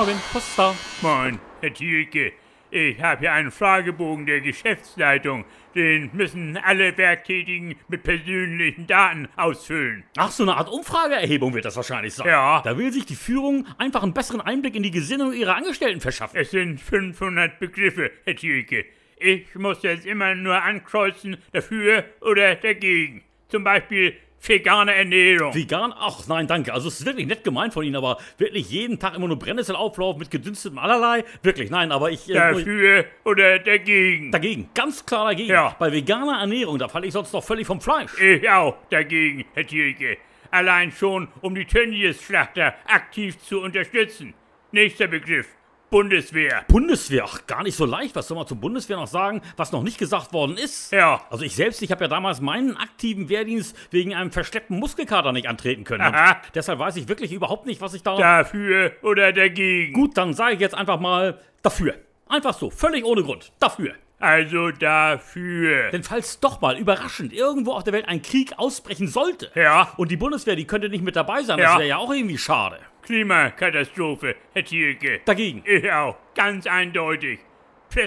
Robin, Potsdam. Moin, Herr Thielke. Ich habe hier einen Fragebogen der Geschäftsleitung. Den müssen alle Werktätigen mit persönlichen Daten ausfüllen. Ach, so eine Art Umfrageerhebung wird das wahrscheinlich sein. Ja. Da will sich die Führung einfach einen besseren Einblick in die Gesinnung ihrer Angestellten verschaffen. Es sind 500 Begriffe, Herr Thielke. Ich muss jetzt immer nur ankreuzen, dafür oder dagegen. Zum Beispiel vegane Ernährung. Vegan? Ach nein, danke. Also es ist wirklich nett gemeint von Ihnen, aber wirklich jeden Tag immer nur Brennesselauflauf mit gedünstetem allerlei? Wirklich, nein, aber ich... äh, muss- Dafür oder dagegen. dagegen, ganz klar dagegen. Ja. Bei veganer Ernährung, da falle ich sonst noch völlig vom Fleisch. Ich auch dagegen, Herr Thielke. Allein schon, um die Tönnies-Schlachter aktiv zu unterstützen. Nächster Begriff. Bundeswehr. Bundeswehr, ach, gar nicht so leicht. Was soll man zur Bundeswehr noch sagen, was noch nicht gesagt worden ist? Ja. Also ich selbst, ich habe ja damals meinen aktiven Wehrdienst wegen einem versteckten Muskelkater nicht antreten können. Aha. Und deshalb weiß ich wirklich überhaupt nicht, was ich da... Dafür oder dagegen. Gut, dann sage ich jetzt einfach mal dafür. Einfach so, völlig ohne Grund. Dafür. Also dafür. Denn falls doch mal überraschend irgendwo auf der Welt ein Krieg ausbrechen sollte Ja. und die Bundeswehr, die könnte nicht mit dabei sein, Ja. das wäre ja auch irgendwie schade. Klimakatastrophe, Herr Thielke. Dagegen, Ich auch. Ganz eindeutig.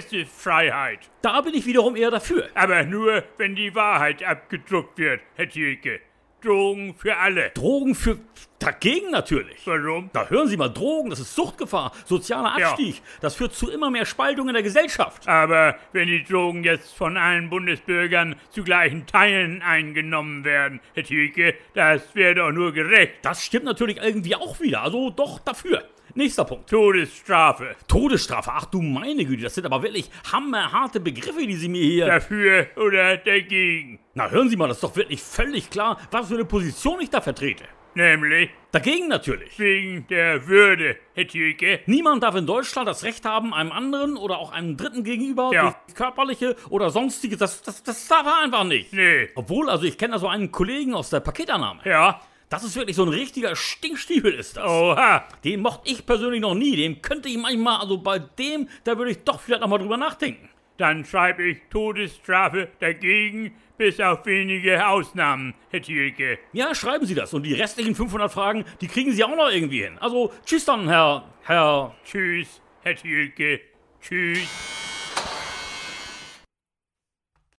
Pressefreiheit. da bin ich wiederum eher dafür. Aber nur, wenn die Wahrheit abgedruckt wird, Herr Thielke. Drogen für alle. Drogen für... Dagegen natürlich. Warum? Da hören Sie mal, Drogen, das ist Suchtgefahr, sozialer Ja. Abstieg. Das führt zu immer mehr Spaltung in der Gesellschaft. Aber wenn die Drogen jetzt von allen Bundesbürgern zu gleichen Teilen eingenommen werden, Herr Thielke, das wäre doch nur gerecht. Das stimmt natürlich irgendwie auch wieder. Also doch dafür. Nächster Punkt. Todesstrafe. Todesstrafe. Ach du meine Güte, das sind aber wirklich hammerharte Begriffe, die Sie mir hier. Dafür oder dagegen. Na hören Sie mal, das ist doch wirklich völlig klar, was für eine Position ich da vertrete. Nämlich Dagegen natürlich. wegen der Würde, Herr Thielke. Niemand darf in Deutschland das Recht haben, einem anderen oder auch einem Dritten gegenüber Ja. durch körperliche oder sonstige. Das, das, das darf er einfach nicht. Nee. Obwohl, also ich kenne da so einen Kollegen aus der Paketannahme. Ja. Das ist wirklich so ein richtiger Stinkstiefel ist das. Oha. Den mochte ich persönlich noch nie. Dem könnte ich manchmal, also bei dem, da würde ich doch vielleicht nochmal drüber nachdenken. Dann schreibe ich Todesstrafe dagegen, bis auf wenige Ausnahmen, Herr Thielke. Ja, schreiben Sie das. Und die restlichen 500 Fragen, die kriegen Sie auch noch irgendwie hin. Also, tschüss dann, Herr, Herr... Tschüss, Herr Thielke. Tschüss.